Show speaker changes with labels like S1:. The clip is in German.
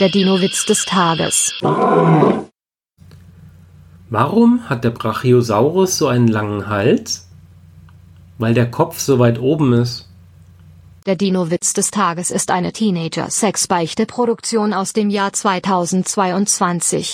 S1: Der Dino-Witz des Tages.
S2: Warum hat der Brachiosaurus so einen langen Hals? Weil der Kopf so weit oben ist.
S1: Der Dino-Witz des Tages ist eine Teenager-Sex-Beichte-Produktion aus dem Jahr 2022.